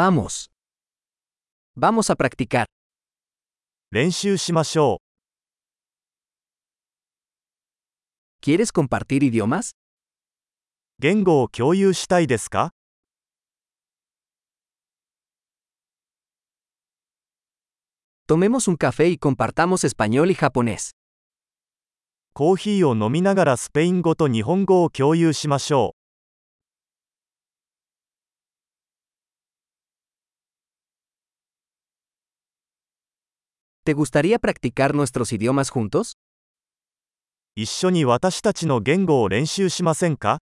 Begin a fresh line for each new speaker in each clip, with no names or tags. Vamos. Vamos a practicar.
練習しましょ
¿Quieres compartir idiomas?
う。言語を共有したいですか
Tomemos un café y compartamos español y japonés.
コーヒーを飲みながらスペイン語と日本語を共有しましょ
¿Te gustaría practicar nuestros idiomas juntos?
う。一緒に私たちの言語を練習しませんか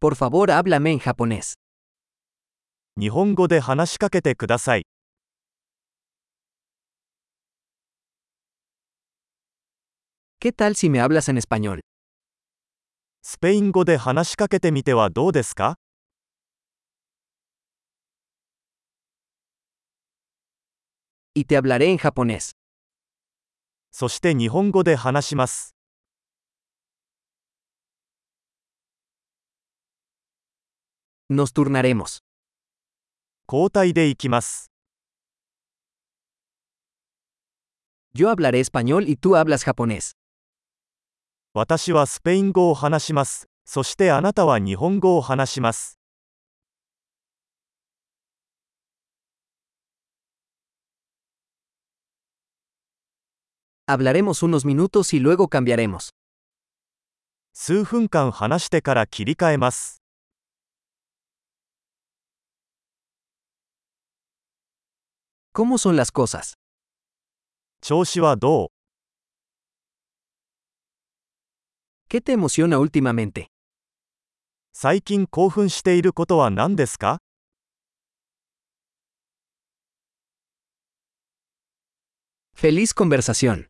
Por favor, háblame en japonés.
日本語で話しかけてください。
¿Qué tal si me hablas en español?
スペイン語で話しかけてみてはどうですか
Y te hablaré en japonés.
そして日本語で話します。
Nos turnaremos.
交代でいきます。
Yo hablaré español y tú hablas japonés.
私はスペイン語を話します。そしてあなたは日本語を話します。
Hablaremos unos minutos y luego cambiaremos.
数分間話してから切り替えます。
¿Cómo son las cosas?
調子はどう
¿Qué te emociona últimamente?
最近興奮していることは何ですか
Feliz conversación.